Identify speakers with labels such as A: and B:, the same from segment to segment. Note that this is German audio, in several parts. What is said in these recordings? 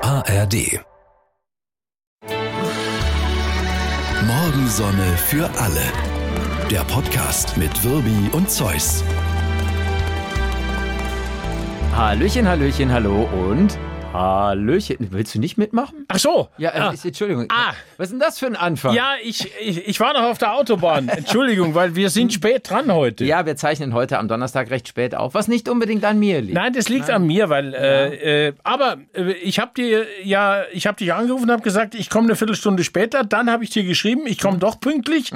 A: ARD. Morgensonne für alle. Der Podcast mit Wirbi und Zeus.
B: Hallöchen, Hallöchen, hallo und Hallöchen. Willst du nicht mitmachen?
C: Ach so.
B: Ja, äh,
C: ah.
B: ist, Entschuldigung.
C: Ah.
B: Was ist denn das für ein Anfang?
C: ja ich, ich, ich war noch auf der Autobahn. Entschuldigung, weil wir sind spät dran heute.
B: Ja, wir zeichnen heute am Donnerstag recht spät auf, was nicht unbedingt an mir liegt.
C: Nein, das liegt an mir, weil äh, äh, aber äh, ich habe dir ja, ich habe dich angerufen und habe gesagt, ich komme eine Viertelstunde später. Dann habe ich dir geschrieben, ich komme doch pünktlich.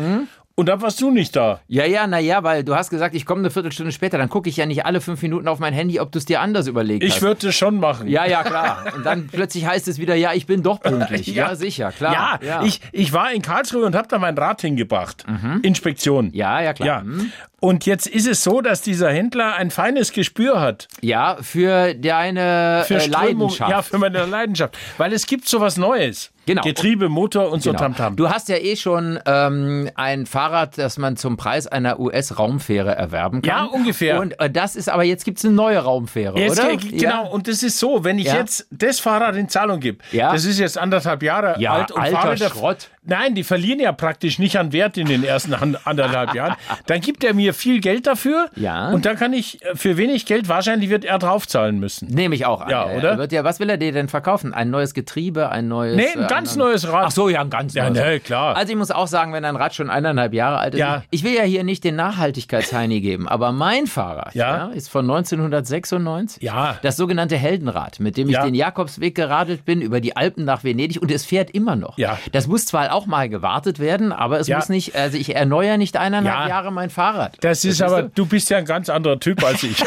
C: Und dann warst du nicht da.
B: Mhm. Ja, ja, naja, weil du hast gesagt, ich komme eine Viertelstunde später, dann gucke ich ja nicht alle fünf Minuten auf mein Handy, ob du es dir anders überlegt
C: Ich
B: hast.
C: würde es schon machen.
B: Ja, ja, klar. Und dann plötzlich heißt es wieder, ja, ich bin doch pünktlich. Ja,
C: Ja.
B: sicher, klar.
C: Ja, Ich, ich war in Karlsruhe und habe da mein Rad hingebracht. Inspektion.
B: Mhm. ja, ja, klar. Hm. Mhm.
C: Ja. Und jetzt ist es so, dass dieser Händler ein feines Gespür hat.
B: Ja, für deine äh,
C: Strömung-
B: Leidenschaft.
C: Ja, für meine Leidenschaft. Weil es gibt sowas Neues.
B: Genau.
C: Getriebe, Motor und so
B: Genau.
C: Tamtam.
B: Du hast ja eh schon ähm, ein Fahrrad, das man zum Preis einer US-Raumfähre erwerben kann.
C: Ja, ungefähr.
B: Und äh, das ist aber jetzt gibt es eine neue Raumfähre,
C: Jetzt,
B: oder?
C: äh, Genau, und das ist so, wenn ich
B: Ja.
C: jetzt das Fahrrad in Zahlung gebe,
B: Ja.
C: das ist jetzt anderthalb Jahre
B: Ja,
C: alt und
B: alter
C: Fahrräder,
B: Schrott.
C: Nein, die verlieren ja praktisch nicht an Wert in den ersten an- anderthalb Jahren. Dann gibt er mir viel Geld dafür
B: Ja.
C: und dann kann ich äh, für wenig Geld, wahrscheinlich wird er draufzahlen müssen.
B: Nehme ich auch an.
C: Ja,
B: Er
C: oder?
B: Wird ja, was will er dir denn verkaufen? Ein neues Getriebe, ein neues.
C: Nee, ein
B: äh,
C: ganz
B: anderen-
C: neues Rad.
B: Ach so, ja, ein ganz
C: Ja,
B: neues.
C: ne, klar.
B: Also ich muss auch sagen, wenn ein Rad schon eineinhalb Jahre alt ist,
C: Ja.
B: ich will ja hier nicht den Nachhaltigkeitsheini geben, aber mein Fahrrad
C: Ja.
B: ist von 1996.
C: Ja.
B: Das sogenannte Heldenrad, mit dem ich
C: Ja.
B: den Jakobsweg geradelt bin, über die Alpen nach Venedig und es fährt immer noch.
C: Ja.
B: Das muss zwar auch mal gewartet werden, aber es
C: Ja.
B: muss nicht, also ich erneuere nicht eineinhalb
C: Ja.
B: Jahre mein Fahrrad.
C: Das ist
B: Verstehst
C: aber,
B: du?
C: du bist ja ein ganz anderer Typ als ich.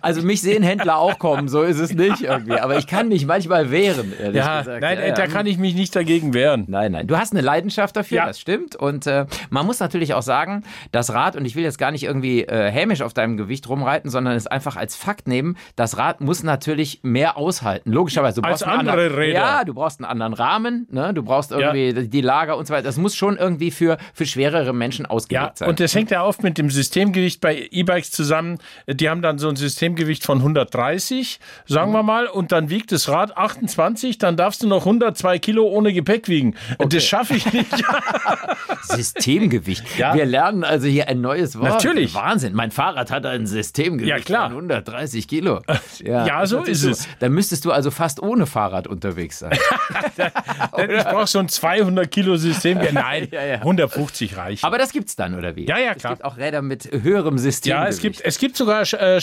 B: Also mich sehen Händler auch kommen, so ist es nicht irgendwie. Aber ich kann mich manchmal wehren, ehrlich
C: ja,
B: gesagt.
C: nein,
B: Ja,
C: äh,
B: ja.
C: da kann ich mich nicht dagegen wehren.
B: Nein, nein. Du hast eine Leidenschaft dafür,
C: Ja.
B: das stimmt. Und äh, man muss natürlich auch sagen, das Rad, und ich will jetzt gar nicht irgendwie äh, hämisch auf deinem Gewicht rumreiten, sondern es einfach als Fakt nehmen, das Rad muss natürlich mehr aushalten. Logischerweise. Du
C: Als
B: brauchst einen
C: andere
B: anderen,
C: Räder.
B: Ja, du brauchst einen anderen Rahmen, ne? du brauchst irgendwie die Lager und so weiter. Das muss schon irgendwie für, für schwerere Menschen ausgelegt
C: Ja,
B: sein.
C: und das hängt ja oft mit dem Systemgewicht bei E-Bikes zusammen. Die haben dann so ein Systemgewicht von 130, sagen wir mal, und dann wiegt das Rad 28, dann darfst du noch 102 Kilo ohne Gepäck wiegen. Das schaffe ich nicht.
B: Systemgewicht.
C: Ja.
B: Wir lernen also hier ein neues Wort.
C: Natürlich.
B: Wahnsinn. Mein Fahrrad hat ein Systemgewicht
C: Ja, klar.
B: von 130 Kilo.
C: Ja, so
B: natürlich
C: ist es.
B: Dann müsstest du also fast ohne Fahrrad unterwegs sein.
C: ich brauche so ein 200 Kilo Systemgewicht. Nein,
B: Ja, ja.
C: 150 reicht.
B: Aber das gibt's dann, oder wie?
C: Ja, ja,
B: Es
C: klar.
B: gibt auch Räder mit höherem Systemgewicht.
C: Ja, es gibt, es gibt sogar äh,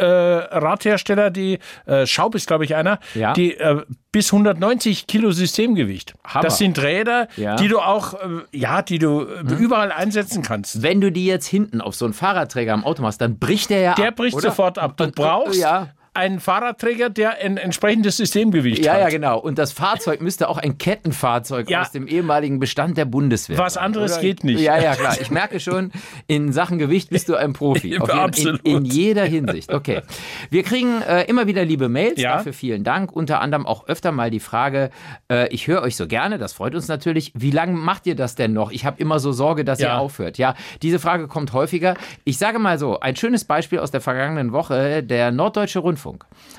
C: Spezial-Radhersteller, die, äh, Schaub ist, glaube ich, einer,
B: Ja.
C: die äh, bis 190 Kilo Systemgewicht.
B: Hammer.
C: Das sind Räder,
B: Ja. Hm?
C: die du auch, äh, ja, die du äh, überall einsetzen kannst.
B: Wenn du die jetzt hinten auf so einen Fahrradträger am Auto machst, dann bricht der ja
C: Der
B: ab,
C: bricht
B: oder?
C: sofort ab. Du
B: Und-
C: brauchst
B: Ja.
C: einen Fahrradträger, der ein entsprechendes Systemgewicht
B: Ja,
C: hat.
B: ja, genau. Und das Fahrzeug müsste auch ein Kettenfahrzeug
C: Ja.
B: aus dem ehemaligen Bestand der Bundeswehr.
C: Was
B: sein,
C: anderes
B: oder?
C: geht nicht.
B: Ja, ja, klar. Ich merke schon, in Sachen Gewicht bist du ein Profi. jeden-
C: Absolut.
B: In, in jeder Hinsicht. Okay. Wir kriegen äh, immer wieder liebe Mails.
C: Ja.
B: Dafür vielen Dank. Unter anderem auch öfter mal die Frage, äh, ich höre euch so gerne, das freut uns natürlich. Wie lange macht ihr das denn noch? Ich habe immer so Sorge, dass ihr
C: Ja.
B: aufhört. Ja, diese Frage kommt häufiger. Ich sage mal so, ein schönes Beispiel aus der vergangenen Woche, der Norddeutsche Rundfunk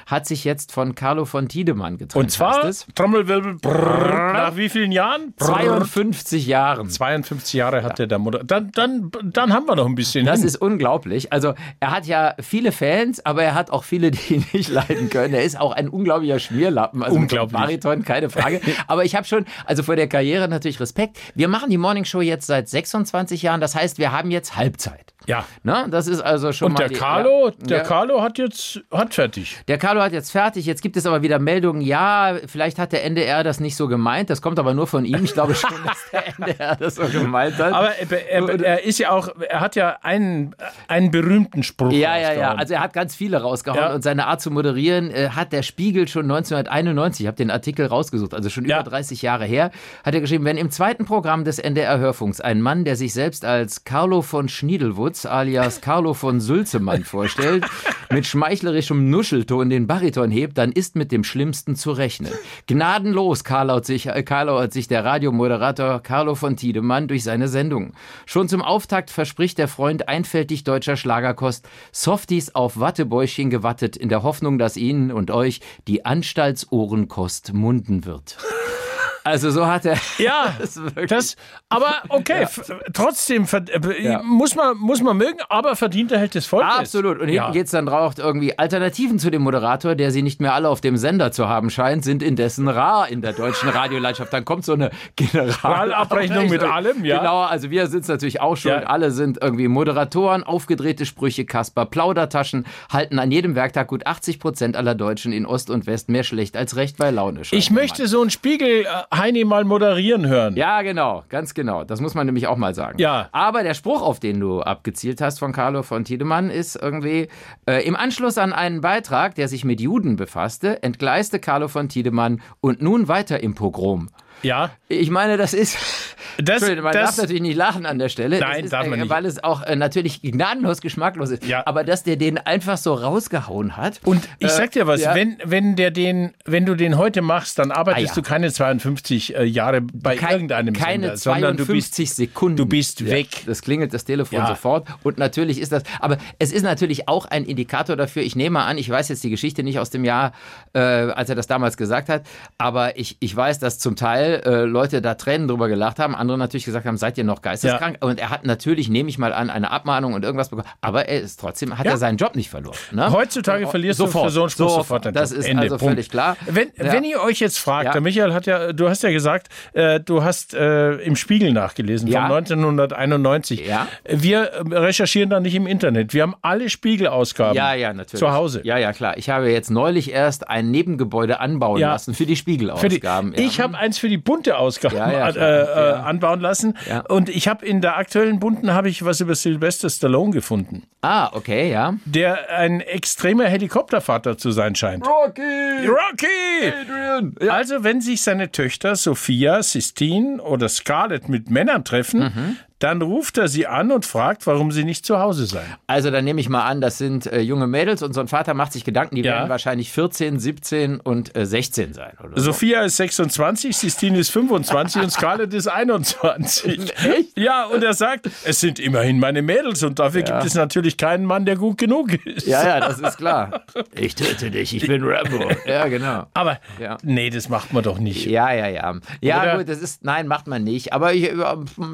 B: hat sich jetzt von Carlo von Tiedemann getrennt.
C: Und zwar,
B: heißt es.
C: Trommelwirbel,
B: Genau.
C: brrr, nach wie vielen Jahren? Brrr.
B: 52 Jahren.
C: 52 Jahre hat der da Mutter. Dann, dann, dann haben wir noch ein bisschen.
B: Das
C: hin.
B: ist unglaublich. Also er hat ja viele Fans, aber er hat auch viele, die ihn nicht leiden können. Er ist auch ein unglaublicher Schmierlappen. Also mit
C: Unglaublich.
B: Bariton, keine Frage. Aber ich habe schon, also vor der Karriere natürlich Respekt. Wir machen die Morning Show jetzt seit 26 Jahren. Das heißt, wir haben jetzt Halbzeit.
C: ja.
B: Ne? Das ist also schon
C: Und
B: mal
C: der
B: die-
C: Carlo,
B: ja.
C: der
B: Ja.
C: Carlo hat jetzt, hat fertig.
B: Der Carlo hat jetzt fertig. Jetzt gibt es aber wieder Meldungen. Ja, vielleicht hat der NDR das nicht so gemeint. Das kommt aber nur von ihm. Ich glaube schon, dass der NDR das so gemeint hat.
C: Aber er, er, er ist ja auch, er hat ja einen, einen berühmten Spruch.
B: ja, ja, ja.
C: rausgehauen.
B: Also er hat ganz viele rausgehauen
C: Ja.
B: und seine Art zu moderieren äh, hat der Spiegel schon 1991, ich habe den Artikel rausgesucht, also schon
C: Ja.
B: über 30 Jahre her, hat er geschrieben, wenn im zweiten Programm des NDR Hörfunks ein Mann, der sich selbst als Carlo von Schniedelwutz Schulz alias Carlo von Sülzemann vorstellt, mit schmeichlerischem Nuschelton den Bariton hebt, dann ist mit dem Schlimmsten zu rechnen. Gnadenlos karlaut sich, äh, karlauert sich der Radiomoderator Carlo von Tiedemann durch seine Sendung. Schon zum Auftakt verspricht der Freund einfältig deutscher Schlagerkost Softies auf Wattebäuschen gewattet, in der Hoffnung, dass Ihnen und euch die Anstaltsohrenkost munden wird. Also so hat er
C: Ja,
B: es wirklich.
C: das, aber okay, f- trotzdem verd- äh, muss, man, muss man mögen, aber verdienter Held des Volkes.
B: Absolut. Und hinten
C: Ja.
B: geht's dann drauf, irgendwie Alternativen zu dem Moderator, der sie nicht mehr alle auf dem Sender zu haben scheint, sind indessen rar in der deutschen Radiolandschaft. Dann kommt so eine
C: Generalabrechnung
B: Generalabrechnung
C: mit allem, ja.
B: Genau, also wir sind natürlich auch schon.
C: Ja.
B: Alle sind irgendwie Moderatoren, aufgedrehte Sprüche, Kasper, Plaudertaschen, halten an jedem Werktag gut 80 Prozent aller Deutschen in Ost und West mehr schlecht als recht bei Laune. schreibt
C: Ich
B: der Mann.
C: möchte so einen Spiegel-Heini mal moderieren hören.
B: Ja, genau, ganz genau. Das muss man nämlich auch mal sagen.
C: Ja.
B: Aber der Spruch, auf den du abgezielt hast von Carlo von Tiedemann, ist irgendwie äh, im Anschluss an einen Beitrag, der sich mit Juden befasste, entgleiste Carlo von Tiedemann und nun weiter im Pogrom.
C: ja.
B: Ich meine, das ist.
C: Das-
B: Entschuldigung, man
C: das-
B: darf natürlich nicht lachen an der Stelle.
C: Nein,
B: Es ist,
C: darf
B: äh,
C: man nicht.
B: Weil es auch äh, natürlich gnadenlos geschmacklos ist.
C: Ja.
B: Aber dass der den einfach so rausgehauen hat.
C: Und ich
B: äh,
C: sag dir was,
B: ja.
C: wenn, wenn, der den, wenn du den heute machst, dann
B: Ah,
C: arbeitest
B: ja.
C: du keine 52 äh, Jahre bei
B: Kein-
C: irgendeinem
B: keine
C: Sender, sondern du
B: 52
C: bist
B: Sekunden.
C: du bist weg.
B: Das klingelt das Telefon
C: Ja.
B: sofort und natürlich ist das, aber es ist natürlich auch ein Indikator dafür. Ich nehme an, ich weiß jetzt die Geschichte nicht aus dem Jahr, äh, als er das damals gesagt hat, aber ich, ich weiß, dass zum Teil äh, Leute da Tränen drüber gelacht haben, andere natürlich gesagt haben, seid ihr noch geisteskrank? Und er hat natürlich, nehme ich mal an, eine Abmahnung und irgendwas bekommen, aber er ist trotzdem, hat
C: Ja.
B: er seinen Job nicht verloren. Ne?
C: Heutzutage
B: Und-
C: verlierst du für so einen Spruch sofort. deinen
B: Das
C: Job.
B: ist
C: Ende,
B: also
C: Punkt.
B: völlig klar.
C: Wenn,
B: Ja.
C: wenn ihr euch jetzt fragt,
B: Ja.
C: der Michael hat ja, du hast ja gesagt, äh, du hast äh, im Spiegel nachgelesen
B: Ja.
C: von 1991.
B: Ja.
C: Wir äh, recherchieren da nicht im Internet. Wir haben alle Spiegelausgaben
B: Ja, ja, natürlich.
C: zu Hause.
B: Ja, ja, klar. Ich habe jetzt neulich erst ein Nebengebäude anbauen
C: Ja.
B: lassen für die
C: Für die,
B: Spiegelausgaben. ja.
C: Ich habe eins für die bunte Ausgabe
B: Ja, ja,
C: äh,
B: klar.
C: äh, anbauen lassen
B: Ja.
C: und ich habe in der aktuellen bunten habe ich was über Sylvester Stallone gefunden,
B: ah, okay, ja.
C: der ein extremer Helikoptervater zu sein scheint.
B: Rocky!
C: Rocky!
B: Adrian!
C: Also, wenn sich seine Töchter Sophia, Sistine oder Scarlett mit Männern treffen,
B: Mhm.
C: dann ruft er sie an und fragt, warum sie nicht zu Hause seien.
B: Also, dann nehme ich mal an, das sind äh, junge Mädels und so ein Vater macht sich Gedanken, die
C: Ja.
B: werden wahrscheinlich 14, 17 und äh, 16 sein. Oder so.
C: Sophia ist 26, Sistine ist 25 und Scarlett ist 21.
B: Echt?
C: Ja, und er sagt, es sind immerhin meine Mädels und dafür gibt es natürlich keinen Mann, der gut genug ist.
B: Ja, ja, das ist klar. Ich töte dich, ich bin Rambo. Ja, genau.
C: Aber
B: Ja.
C: nee, das macht man doch nicht.
B: Ja, ja, ja. Ja,
C: Oder-
B: gut, das ist, nein, macht man nicht. Aber ich, äh,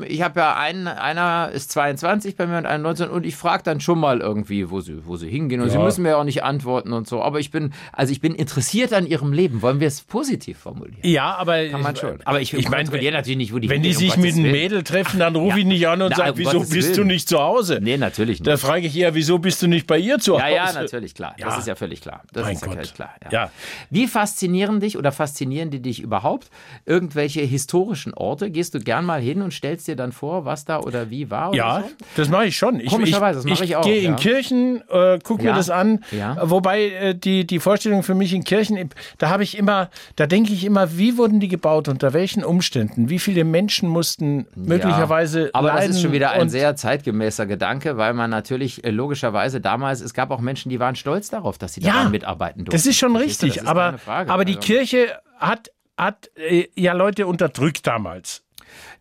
B: ich habe ja einen, einer ist 22 bei mir und einer 19 und ich frage dann schon mal irgendwie, wo sie, wo sie hingehen. Und sie
C: Ja.
B: müssen mir ja auch nicht antworten und so. Aber ich bin, also ich bin interessiert an ihrem Leben. Wollen wir es positiv formulieren?
C: Ja, aber
B: Kann man schon. Aber ich,
C: ich meine,
B: kontrolliere natürlich nicht, wo die
C: wenn die
B: hingehen, um
C: sich mit
B: Gottes
C: einem
B: Willen.
C: Mädel treffen, dann rufe ich nicht an und
B: Na,
C: sage,
B: um
C: wieso
B: Gottes
C: bist du
B: Willen.
C: nicht zu Hause?
B: Nee, natürlich nicht.
C: Da frage ich eher, wieso bist du nicht bei ihr zu Hause?
B: ja, ja, natürlich, klar. Das
C: Ja.
B: ist ja völlig klar. Das
C: Mein
B: ist
C: Gott.
B: ja völlig klar.
C: Ja.
B: Wie faszinieren dich oder faszinieren die dich überhaupt irgendwelche historischen Orte? Gehst du gern mal hin und stellst dir dann vor, was da oder wie war? Oder
C: Ja,
B: so?
C: das mache ich schon. Ich,
B: Komischerweise, das mache ich auch,
C: gehe in
B: ja.
C: Kirchen, äh, gucke mir
B: Ja.
C: das an.
B: Ja.
C: Wobei äh, die, die Vorstellung für mich in Kirchen, da habe ich immer, da denke ich immer, wie wurden die gebaut, unter welchen Umständen, wie viele Menschen mussten möglicherweise
B: Ja, aber
C: leiden.
B: das ist schon wieder ein
C: und-
B: sehr zeitgemäßer Gedanke, weil man natürlich äh, logischerweise damals, es gab auch Menschen, die waren stolz darauf, dass sie
C: Ja,
B: daran mitarbeiten durften.
C: Das ist schon
B: Verstehst du?
C: richtig,
B: Das ist
C: aber,
B: keine Frage.
C: aber die
B: Also-
C: Kirche hat, hat äh, ja Leute unterdrückt damals.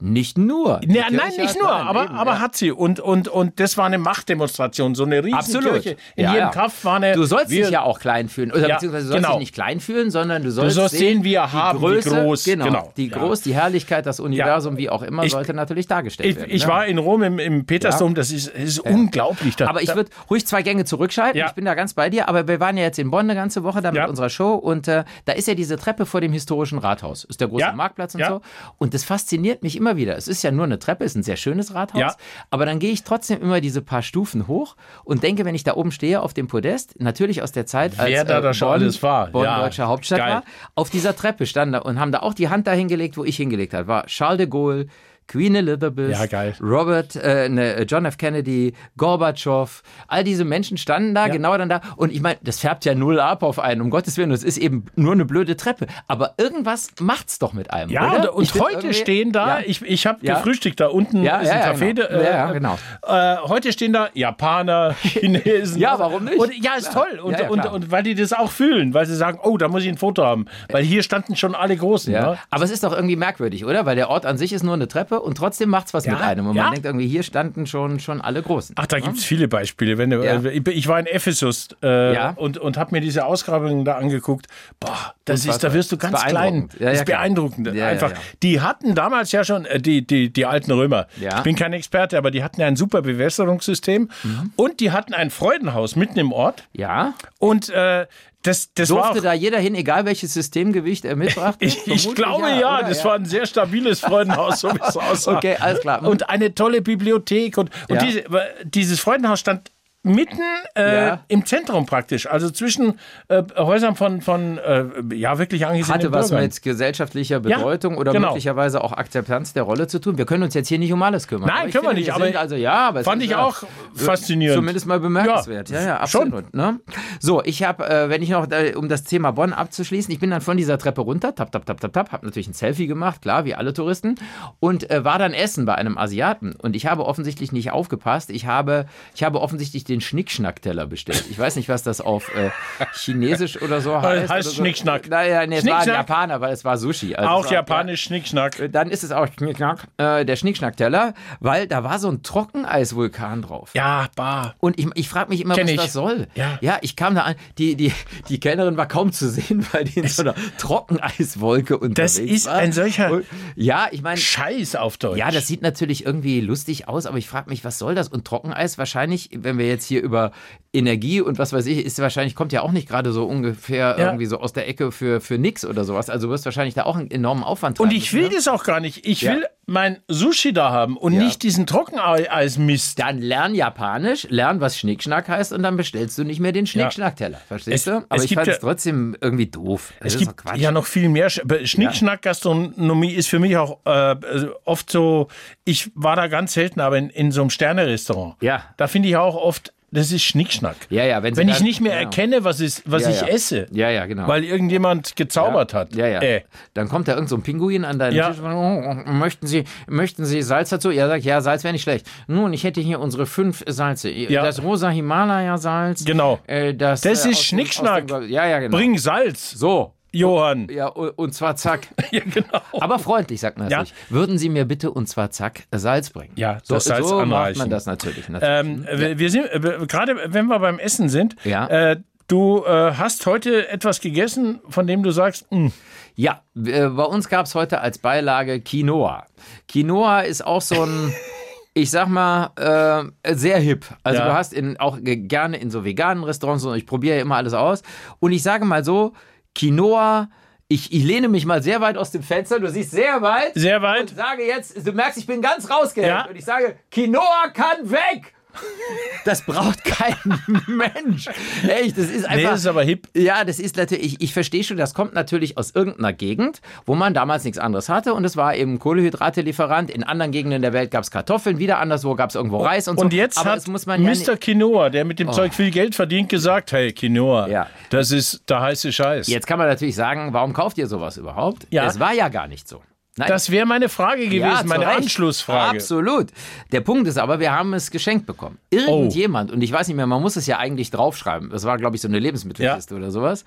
B: Nicht nur. Die
C: Ja, nein,
B: Kirche
C: nicht
B: hat-
C: nur,
B: nein,
C: aber,
B: eben,
C: aber
B: ja.
C: hat sie. Und, und, und das war eine Machtdemonstration, so eine riesen
B: Absolut.
C: Kirche. In
B: Ja,
C: jedem
B: ja.
C: Kaff war eine.
B: Du sollst
C: wir-
B: dich ja auch klein fühlen. Oder
C: Ja,
B: beziehungsweise du sollst
C: genau.
B: dich nicht klein fühlen, sondern du
C: Du
B: sollst,
C: sollst sehen, wie er haben,
B: Größe,
C: wie groß.
B: Genau, Die
C: Ja.
B: Groß, die Herrlichkeit, das Universum, wie auch immer, sollte natürlich dargestellt
C: Ich,
B: werden.
C: ich
B: ne?
C: war in Rom im, im Petersdom, das ist, es ist unglaublich. Da,
B: Aber ich
C: da-
B: würde ruhig zwei Gänge zurückschalten.
C: Ja.
B: Ich bin da ganz bei dir. Aber wir waren ja jetzt in Bonn eine ganze Woche da mit
C: Ja.
B: unserer Show und äh, da ist ja diese Treppe vor dem historischen Rathaus. Ist der große
C: Ja.
B: Marktplatz und
C: Ja.
B: so. Und das fasziniert mich immer wieder. Es ist ja nur eine Treppe, ist ein sehr schönes Rathaus.
C: Ja.
B: Aber dann gehe ich trotzdem immer diese paar Stufen hoch und denke, wenn ich da oben stehe auf dem Podest, natürlich aus der Zeit, als äh,
C: Wer da das schon
B: Bonn,
C: alles war.
B: Bonn
C: Ja.
B: deutsche Hauptstadt
C: Geil.
B: war, auf dieser Treppe standen da und haben da auch die Hand dahingelegt, wo ich hingelegt habe. War Charles de Gaulle, Queen Elizabeth,
C: Ja, geil.
B: Robert, äh, ne, John F. Kennedy, Gorbatschow, all diese Menschen standen da, genau dann da. Und ich meine, das färbt ja null ab auf einen, um Gottes Willen, das ist eben nur eine blöde Treppe. Aber irgendwas macht's doch mit einem.
C: Ja,
B: oder? Ich
C: und, und
B: find
C: heute
B: irgendwie-
C: stehen da,
B: Ja.
C: ich, ich habe
B: Ja.
C: gefrühstückt da unten,
B: Ja,
C: ist ein
B: ja, ja,
C: Café.
B: genau.
C: äh,
B: Ja, ja, genau.
C: Äh, heute stehen da Japaner, Chinesen.
B: Ja, warum nicht?
C: Und, ja, ist toll. Und,
B: Ja, ja,
C: und,
B: klar.
C: und weil die das auch fühlen, weil sie sagen, oh, da muss ich ein Foto haben. Weil hier standen schon alle Großen.
B: Ja.
C: Ne?
B: Aber es ist doch irgendwie merkwürdig, oder? Weil der Ort an sich ist nur eine Treppe und trotzdem macht's was
C: Ja,
B: mit einem. Und
C: ja.
B: man denkt irgendwie, hier standen schon, schon alle Großen.
C: Ach, da gibt es viele Beispiele. Wenn, du-
B: Ja.
C: äh, ich- ich war in Ephesus äh,
B: Ja.
C: und, und habe mir diese Ausgrabungen da angeguckt. Boah, das ist, da wirst du
B: Ist
C: ganz klein.
B: beeindruckend. Ja,
C: das
B: ja,
C: ist
B: klar.
C: beeindruckend.
B: Ja, ja,
C: Einfach.
B: ja.
C: Die hatten damals ja schon, äh, die, die, die alten Römer.
B: Ja.
C: Ich bin kein Experte, aber die hatten ja ein super Bewässerungssystem.
B: Mhm.
C: Und die hatten ein Freudenhaus mitten im Ort.
B: Ja?
C: Und äh, das, das war auch,
B: Durfte da jeder hin, egal welches Systemgewicht er mitbrachte?
C: ich, ich
B: Vermutlich
C: glaube ja,
B: oder?
C: das war ein sehr stabiles Freudenhaus, so wie es aussah.
B: Okay, alles klar.
C: Und eine tolle Bibliothek. Und, und
B: Ja.
C: diese, dieses Freudenhaus stand mitten äh,
B: Ja.
C: im Zentrum praktisch, also zwischen äh, Häusern von, von äh, ja, wirklich angesehenen
B: hatte was
C: Bürgern.
B: mit gesellschaftlicher Bedeutung oder
C: genau.
B: möglicherweise auch Akzeptanz der Rolle zu tun. Wir können uns jetzt hier nicht um alles kümmern.
C: Nein,
B: Aber ich
C: können wir
B: finde,
C: nicht,
B: wir
C: aber
B: sind also, ja, aber es
C: Fand
B: ist,
C: ich
B: ja,
C: auch faszinierend.
B: Zumindest mal bemerkenswert.
C: Ja,
B: Ja, ja,
C: schon.
B: absolut. Ne? So, ich habe, äh, wenn ich noch, äh, um das Thema Bonn abzuschließen, ich bin dann von dieser Treppe runter, tap, tap, tap, tap, tap, habe natürlich ein Selfie gemacht, klar, wie alle Touristen, und äh, war dann essen bei einem Asiaten. Und ich habe offensichtlich nicht aufgepasst. Ich habe, ich habe offensichtlich den Schnickschnack-Teller bestellt. Ich weiß nicht, was das auf äh, Chinesisch oder so heißt.
C: Äh, heißt
B: oder so.
C: Schnickschnack.
B: Naja, nee, es war ein
C: Schnickschnack.
B: Japaner, weil es war Sushi. Also es
C: Auch
B: war,
C: japanisch Schnickschnack.
B: Ja, dann ist es auch Schnickschnack, äh, der Schnickschnackteller, weil da war so ein Trockeneisvulkan drauf.
C: Ja, bah.
B: Und ich, ich frage mich immer,
C: Kenn
B: was
C: ich.
B: das soll.
C: Ja.
B: ich kam da an. Die, die, die Kellnerin war kaum zu sehen, weil die in so einer Trockeneiswolke unterwegs
C: Das
B: war.
C: ist ein solcher-
B: Und, ja, ich meine.
C: Scheiß auf Deutsch.
B: Ja, das sieht natürlich irgendwie lustig aus, aber ich frage mich, was soll das? Und Trockeneis wahrscheinlich, wenn wir jetzt hier über Energie und was weiß ich, ist wahrscheinlich, kommt ja auch nicht gerade so ungefähr
C: Ja.
B: irgendwie so aus der Ecke für, für nix oder sowas. Also wirst wahrscheinlich da auch einen enormen Aufwand
C: Und
B: treiben
C: ich
B: müssen,
C: will
B: ne?
C: das auch gar nicht. Ich
B: Ja.
C: will mein Sushi da haben und nicht diesen Trockeneis-Mist.
B: Dann lern Japanisch, lern, was Schnickschnack heißt, und dann bestellst du nicht mehr den Schnickschnackteller. Verstehst
C: Es-
B: du? Aber
C: es
B: ich
C: gibt
B: fand es
C: ja-
B: trotzdem irgendwie doof. Das
C: Es
B: ist doch
C: gibt
B: Quatsch.
C: ja noch viel mehr. Sch- aber Schnickschnack-Gastronomie ist für mich auch äh, also oft so, ich war da ganz selten, aber in, in so einem Sterne-Restaurant.
B: Ja.
C: Da finde ich auch oft, das ist Schnickschnack.
B: Ja, ja, wenn, sie
C: Wenn
B: dann-
C: ich nicht mehr
B: genau.
C: erkenne, was, ist, was
B: ja,
C: ich
B: ja.
C: esse,
B: Ja, ja, genau.
C: weil irgendjemand gezaubert hat.
B: ja, ja.
C: Äh,
B: Dann kommt da irgend so ein Pinguin an deinen
C: Ja.
B: Tisch und sagt, oh, möchten Sie, möchten Sie Salz dazu? Er sagt, ja, Salz wäre nicht schlecht. Nun, ich hätte hier unsere fünf Salze.
C: Ja.
B: Das rosa Himalaya-Salz.
C: Genau.
B: Äh, das
C: Das ist
B: aus dem-
C: Schnickschnack.
B: aus dem- ja, ja, genau.
C: Bring Salz,
B: So.
C: Johann.
B: Ja, u- und zwar zack.
C: Ja, genau.
B: Aber freundlich sagt man das
C: Ja.
B: nicht. Würden Sie mir bitte und zwar zack Salz bringen?
C: Ja,
B: so,
C: das Salz
B: so macht
C: anreichen.
B: man das natürlich. natürlich.
C: Ähm, wir- Wir sind, äh, gerade wenn wir beim Essen sind,
B: Ja.
C: äh, du äh, hast heute etwas gegessen, von dem du sagst, hm, mh,
B: Ja, äh, bei uns gab es heute als Beilage Quinoa. Quinoa ist auch so ein. Ich sag mal, äh, sehr hip. Also
C: Ja.
B: du hast in, auch ge- gerne in so veganen Restaurants und ich probiere ja immer alles aus. Und ich sage mal so, Quinoa, ich, ich lehne mich mal sehr weit aus dem Fenster. Du siehst sehr weit.
C: sehr
B: und
C: weit.
B: sage jetzt, du merkst, ich bin ganz rausgehängt
C: Ja.
B: und ich sage, Quinoa kann weg. Das braucht kein Mensch. Echt, das ist
C: Nee,
B: einfach.
C: das ist aber hip.
B: ja, das ist natürlich, ich, ich verstehe schon, das kommt natürlich aus irgendeiner Gegend, wo man damals nichts anderes hatte und es war eben Kohlehydrateliefferant. In anderen Gegenden der Welt gab es Kartoffeln, wieder anderswo gab es irgendwo Reis und, so.
C: Und jetzt
B: Aber
C: hat
B: es muss man ja
C: Mr.
B: nicht- Oh.
C: Quinoa, der mit dem Zeug viel Geld verdient, gesagt, hey Quinoa,
B: Ja.
C: das ist der heiße Scheiß.
B: Jetzt kann man natürlich sagen, warum kauft ihr sowas überhaupt?
C: Ja.
B: Es war ja gar nicht so. Nein.
C: Das wäre meine Frage gewesen,
B: zu
C: meine
B: Recht.
C: Anschlussfrage. Oh.
B: Absolut. Der Punkt ist aber, wir haben es geschenkt bekommen. Irgendjemand, und ich weiß nicht mehr, man muss es ja eigentlich draufschreiben. Das war, glaube ich, so eine Lebensmittelliste oder sowas.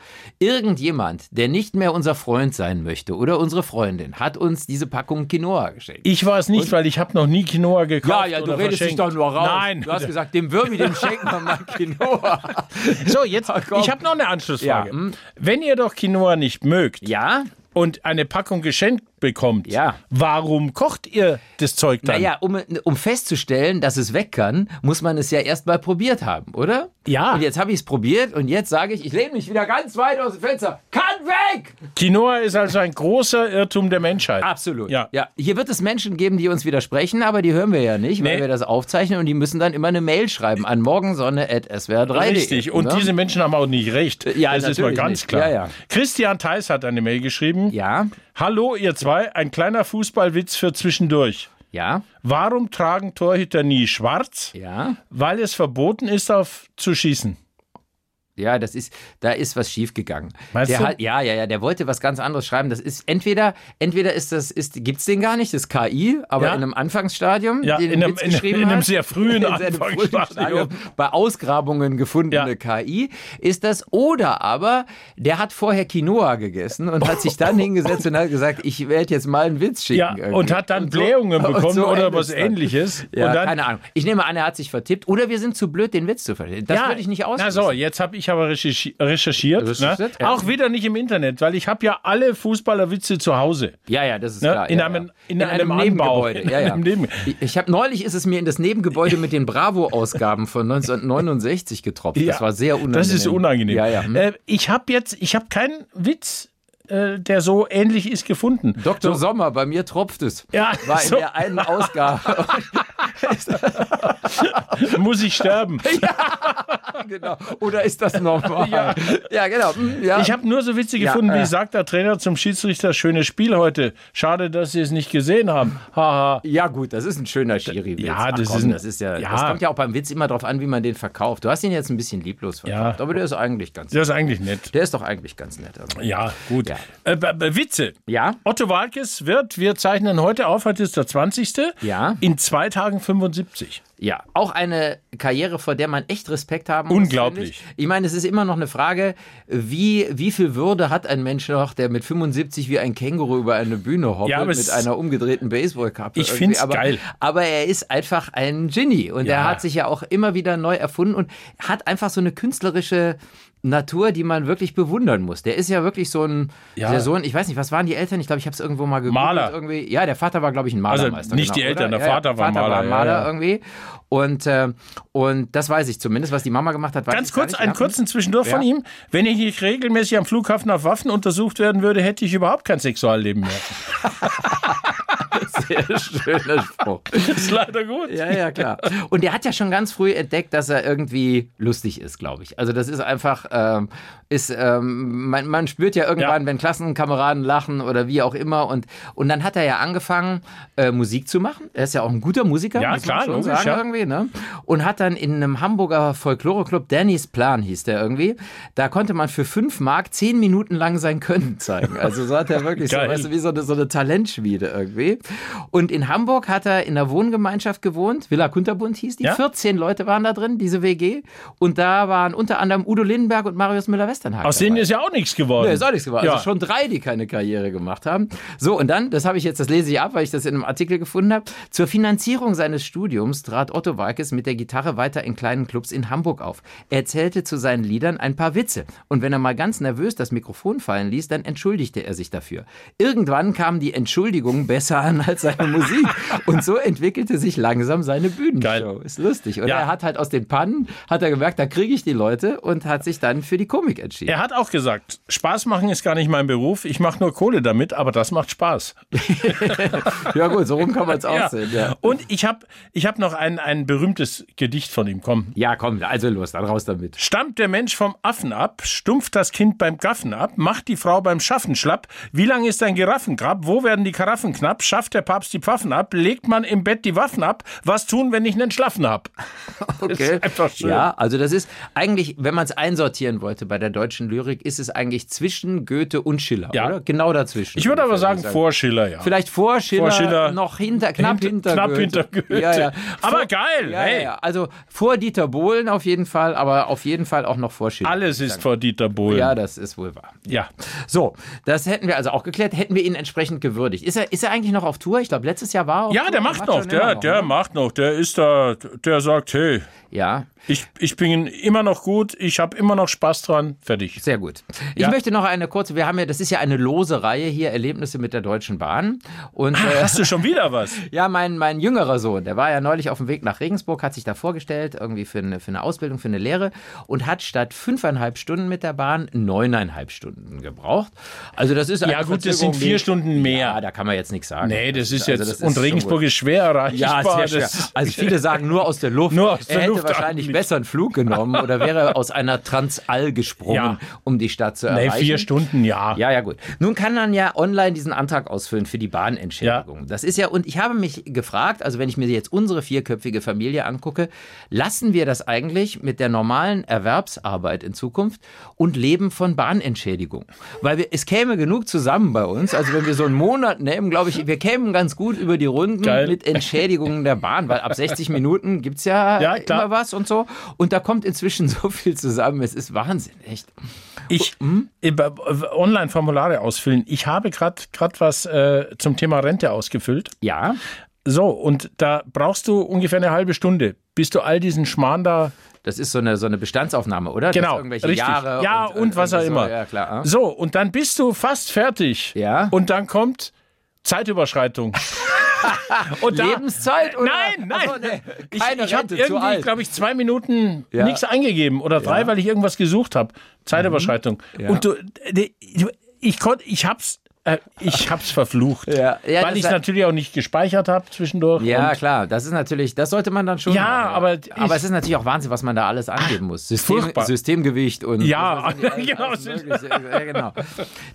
B: Irgendjemand, der nicht mehr unser Freund sein möchte oder unsere Freundin, hat uns diese Packung Quinoa geschenkt.
C: Ich war es nicht, weil ich habe noch nie Quinoa gekauft. oder verschenkt. Nein.
B: Du hast gesagt, dem Würmi, dem schenken wir mal Quinoa.
C: so, jetzt,
B: komm.
C: ich habe noch eine Anschlussfrage.
B: Ja, hm.
C: Wenn ihr doch Quinoa nicht mögt
B: Ja?
C: und eine Packung geschenkt bekommt,
B: Ja.
C: warum kocht ihr das Zeug dann?
B: Naja, um, um festzustellen, dass es weg kann, muss man es ja erst mal probiert haben, oder?
C: Ja.
B: Und jetzt habe ich es probiert und jetzt sage ich, ich lehne mich wieder ganz weit aus dem Fenster. Kann weg!
C: Quinoa ist also ein großer Irrtum der Menschheit.
B: Absolut.
C: Ja.
B: Ja. Hier wird es Menschen geben, die uns widersprechen, aber die hören wir ja nicht, weil
C: Nee.
B: wir das aufzeichnen und die müssen dann immer eine Mail schreiben an morgensonne.swr3.
C: Richtig, und
B: ne?
C: diese Menschen haben auch nicht recht.
B: Äh, Ja,
C: das ist mal
B: natürlich
C: ganz
B: nicht.
C: klar.
B: Ja, ja.
C: Christian Theis hat eine Mail geschrieben.
B: Ja,
C: Hallo, ihr zwei, ein kleiner Fußballwitz für zwischendurch.
B: Ja,
C: Warum tragen Torhüter nie schwarz?
B: ja.
C: Weil es verboten ist, auf zu schießen.
B: Ja, das ist, da ist was schiefgegangen.
C: Meinst
B: der
C: du?
B: Hat, ja, ja, ja, der wollte was ganz anderes schreiben. Das ist entweder, entweder ist das, ist, gibt's den gar nicht, das KI, aber
C: Ja.
B: in einem Anfangsstadium,
C: Ja,
B: den
C: in
B: er
C: einem- in-
B: geschrieben
C: in einem
B: hat,
C: sehr frühen
B: in seinem frühen
C: Anfangsstadium.
B: Stadium, bei Ausgrabungen gefundene KI, ist das, oder aber, der hat vorher Quinoa gegessen und hat sich dann hingesetzt und hat gesagt, ich werde jetzt mal einen Witz schicken.
C: Ja, und
B: irgendwie.
C: hat dann
B: so-
C: Blähungen
B: und
C: bekommen
B: so
C: oder
B: endet
C: was
B: es dann.
C: ähnliches.
B: Ja,
C: und dann,
B: keine Ahnung. Ich nehme an, er hat sich vertippt oder wir sind zu blöd, den Witz zu verstehen. Das
C: ja,
B: würde ich nicht
C: Na
B: ausschließen.
C: so, jetzt habe ich aber recherchi recherchiert. ne?
B: Recherchiert, ja.
C: Auch wieder nicht im Internet, weil ich habe ja alle Fußballerwitze zu Hause.
B: Ja, ja, das ist
C: Ne?
B: klar.
C: In
B: ja,
C: einem-
B: ja.
C: in einem
B: Nebengebäude.
C: Anbau.
B: Ja, ja.
C: In einem Neben-
B: Ich- ich habe neulich ist es mir in das Nebengebäude mit den Bravo-Ausgaben von 1969 getropft.
C: Ja,
B: das war sehr unangenehm.
C: Das ist unangenehm.
B: Ja, ja. Hm.
C: Äh, ich habe jetzt, ich habe keinen Witz, äh, der so ähnlich ist, gefunden.
B: Dr. Sommer, bei mir tropft es.
C: Ja,
B: war in
C: so.
B: der einen Ausgabe.
C: Muss ich sterben?
B: genau. Oder ist das normal? Ja, genau. Hm, Ja.
C: Ich habe nur so Witze
B: Ja,
C: gefunden,
B: äh.
C: wie sagt der Trainer zum Schiedsrichter, schönes Spiel heute. Schade, dass Sie es nicht gesehen haben. Haha.
B: ja gut, das ist ein schöner Schiri-Witz.
C: Ja,
B: Ach
C: das
B: komm,
C: ist ein-
B: das ist ja,
C: ja.
B: Das kommt ja auch beim Witz immer drauf an, wie man den verkauft. Du hast ihn jetzt ein bisschen lieblos verkauft,
C: Ja.
B: aber der ist eigentlich ganz
C: Das ist eigentlich nett.
B: Der ist doch eigentlich ganz nett. Also.
C: Ja, gut.
B: Ja.
C: Äh, b- b- Witze.
B: Ja?
C: Otto Walkes wird, wir zeichnen heute auf, heute ist der 20.
B: Ja.
C: In zwei Tagen 75.
B: Ja, auch eine Karriere, vor der man echt Respekt haben muss.
C: Unglaublich.
B: finde ich. Ich meine, es ist immer noch eine Frage, wie, wie viel Würde hat ein Mensch noch, der mit 75 wie ein Känguru über eine Bühne hoppelt
C: Ja, aber es-
B: mit einer umgedrehten Baseballkappe.
C: Ich
B: irgendwie.
C: find's
B: aber,
C: geil.
B: Aber er ist einfach ein Genie und er
C: Ja.
B: hat sich ja auch immer wieder neu erfunden und hat einfach so eine künstlerische Natur, die man wirklich bewundern muss. Der ist ja wirklich so ein,
C: Ja.
B: der Sohn, ich weiß nicht, was waren die Eltern? Ich glaube, ich habe es irgendwo mal gegoogelt.
C: Maler.
B: Irgendwie. Ja, der Vater war, glaube ich, ein
C: Also
B: Malermeister.
C: nicht die
B: genau,
C: Eltern,
B: oder?
C: der Vater war Maler, ja, ja.
B: irgendwie. Und, äh, und das weiß ich zumindest, was die Mama gemacht hat. weiß
C: Ganz
B: ich gar
C: kurz,
B: nicht.
C: einen
B: Ja.
C: kurzen Zwischendurch von
B: Ja.
C: ihm. Wenn ich nicht regelmäßig am Flughafen auf Waffen untersucht werden würde, hätte ich überhaupt kein Sexualleben mehr.
B: Sehr schöner Spruch.
C: Das ist leider gut.
B: Ja, ja, klar. Und der hat ja schon ganz früh entdeckt, dass er irgendwie lustig ist, glaube ich. Also das ist einfach, ähm, ist, ähm, man, man spürt ja irgendwann,
C: Ja.
B: wenn Klassenkameraden lachen oder wie auch immer. Und, und dann hat er ja angefangen, äh, Musik zu machen. Er ist ja auch ein guter Musiker,
C: Ja,
B: muss
C: klar,
B: man schon
C: logisch,
B: sagen
C: ja.
B: irgendwie. Ne? Und hat dann in einem Hamburger Folkloreclub, Dannys Plan hieß der irgendwie, da konnte man für fünf Mark zehn Minuten lang sein Können zeigen. Also so hat er wirklich so,
C: Geil.
B: weißt du, wie so eine, so eine Talentschmiede irgendwie. Und in Hamburg hat er in einer Wohngemeinschaft gewohnt, Villa Kunterbund hieß die.
C: Ja.
B: 14 Leute waren da drin, diese WG. Und da waren unter anderem Udo Lindenberg und Marius Müller-Westernhagen.
C: Aus denen ist ja auch nichts geworden.
B: Nee, ist auch nichts geworden.
C: Ja.
B: Also schon drei, die keine Karriere gemacht haben. So, und dann, das habe ich jetzt, das lese ich ab, weil ich das in einem Artikel gefunden habe. Zur Finanzierung seines Studiums trat Otto Walkes mit der Gitarre weiter in kleinen Clubs in Hamburg auf. Er erzählte zu seinen Liedern ein paar Witze. Und wenn er mal ganz nervös das Mikrofon fallen ließ, dann entschuldigte er sich dafür. Irgendwann kamen die Entschuldigungen besser an als seine Musik. Und so entwickelte sich langsam seine Bühnenshow.
C: Geil.
B: Ist lustig. Und
C: Ja.
B: er hat halt aus den Pannen, hat er gemerkt, da kriege ich die Leute und hat sich dann für die Komik entschieden.
C: Er hat auch gesagt, Spaß machen ist gar nicht mein Beruf, ich mache nur Kohle damit, aber das macht Spaß.
B: Ja gut, so rum kann man es auch
C: Ja.
B: sehen. Ja.
C: Und ich habe ich hab noch ein, ein berühmtes Gedicht von ihm, komm.
B: ja, komm, also los, dann raus damit.
C: Stammt der Mensch vom Affen ab, stumpft das Kind beim Gaffen ab, macht die Frau beim Schaffen schlapp, wie lang ist ein Giraffengrab, wo werden die Karaffen knapp, schafft der Papst die Pfaffen ab, legt man im Bett die Waffen ab, was tun, wenn ich nen Schlaffen hab?
B: Okay.
C: ist einfach schön.
B: Ja, also das ist eigentlich, wenn man es einsortieren wollte bei der deutschen Lyrik, ist es eigentlich zwischen Goethe und Schiller,
C: Ja.
B: oder? Genau dazwischen.
C: Ich würde aber
B: Ungefähr,
C: sagen, vor Schiller, ja.
B: Vielleicht vor Schiller,
C: Vor Schiller.
B: noch hinter, knapp
C: Hint-
B: hinter
C: knapp
B: Goethe.
C: hinter Goethe.
B: Ja, ja.
C: Aber geil,
B: ja,
C: hey.
B: ja, ja. Also vor Dieter Bohlen auf jeden Fall, aber auf jeden Fall auch noch vor Schiller.
C: Alles ist vor Dieter Bohlen.
B: Ja, das ist wohl wahr.
C: ja.
B: So, das hätten wir also auch geklärt, hätten wir ihn entsprechend gewürdigt. Ist er, ist er eigentlich noch auf Tour? Ich glaube, letztes Jahr war er auf
C: Ja,
B: Tour.
C: der macht noch,
B: schon immer
C: der, der
B: ne?
C: macht noch, der ist da, der sagt, hey,
B: Ja,
C: ich, ich bin immer noch gut, ich habe immer noch Spaß dran, fertig.
B: Sehr gut. Ich
C: Ja.
B: möchte noch eine kurze, wir haben ja, das ist ja eine lose Reihe hier, Erlebnisse mit der Deutschen Bahn. Und äh,
C: Hast du schon wieder was?
B: ja, mein, mein jüngerer Sohn, der war ja neulich auf dem Weg nach Regensburg, hat sich da vorgestellt, irgendwie für eine, für eine Ausbildung, für eine Lehre und hat statt fünfeinhalb Stunden mit der Bahn neuneinhalb Stunden gebraucht. Also das ist eine
C: Ja gut, das sind
B: Verzögerung,
C: vier
B: die-
C: Stunden mehr.
B: Ja, da kann man jetzt nichts sagen.
C: Nee, das das ist
B: Also
C: jetzt.
B: das ist
C: und
B: schon
C: Regensburg
B: gut.
C: ist schwer erreichbar.
B: Ja, sehr schwer.
C: Das-
B: Also viele sagen nur aus der Luft.
C: Nur aus der
B: er hätte
C: Luft
B: wahrscheinlich
C: anliegt.
B: besser einen Flug genommen oder wäre aus einer Transall gesprungen,
C: Ja.
B: um die Stadt zu
C: Nee,
B: erreichen.
C: vier Stunden, ja.
B: Ja, ja, gut. Nun kann man ja online diesen Antrag ausfüllen für die Bahnentschädigung. Das ist ja, und ich habe mich gefragt, also wenn ich mir jetzt unsere vierköpfige Familie angucke, lassen wir das eigentlich mit der normalen Erwerbsarbeit in Zukunft und leben von Bahnentschädigung? Weil wir, es käme genug zusammen bei uns. Also wenn wir so einen Monat nehmen, glaube ich, wir kämen ganz gut über die Runden
C: Geil.
B: mit Entschädigungen der Bahn, weil ab 60 Minuten gibt es ja,
C: Ja, klar.
B: immer was und so. Und da kommt inzwischen so viel zusammen. Es ist Wahnsinn, echt. Oh,
C: Ich
B: hm?
C: über- über Online-Formulare ausfüllen. Ich habe gerade gerade was äh, zum Thema Rente ausgefüllt.
B: Ja.
C: So, und da brauchst du ungefähr eine halbe Stunde, bis du all diesen Schmarrn da
B: Das ist so eine, so eine Bestandsaufnahme, oder? Das
C: Genau,
B: irgendwelche
C: richtig.
B: Jahre
C: ja,
B: und,
C: und, was auch
B: irgendwie so,
C: immer.
B: Ja, klar. ah.
C: So, und dann bist du fast fertig.
B: Ja.
C: Und dann kommt Zeitüberschreitung. und da,
B: Lebenszeit oder?
C: Nein, nein.
B: Achso, nee.
C: Ich,
B: Keine
C: ich habe
B: Rente, zu
C: irgendwie,
B: alt.
C: glaube ich, zwei Minuten
B: Ja.
C: nichts eingegeben oder drei, weil ich irgendwas gesucht habe. Zeitüberschreitung.
B: Mhm. Ja.
C: Und du, du- ich konnte, ich hab's, äh, ich hab's verflucht,
B: Ja. Ja, das
C: weil ich
B: ist-
C: natürlich auch nicht gespeichert habe zwischendurch.
B: ja,
C: und
B: klar, das ist natürlich, das sollte man dann schon.
C: Ja, aber
B: machen,
C: ich-
B: aber es ist natürlich auch Wahnsinn, was man da alles angeben muss. System,
C: furchtbar.
B: Systemgewicht und
C: Ja,
B: was weiß ich, alles-
C: genau.
B: alles Mögliche. ja, genau.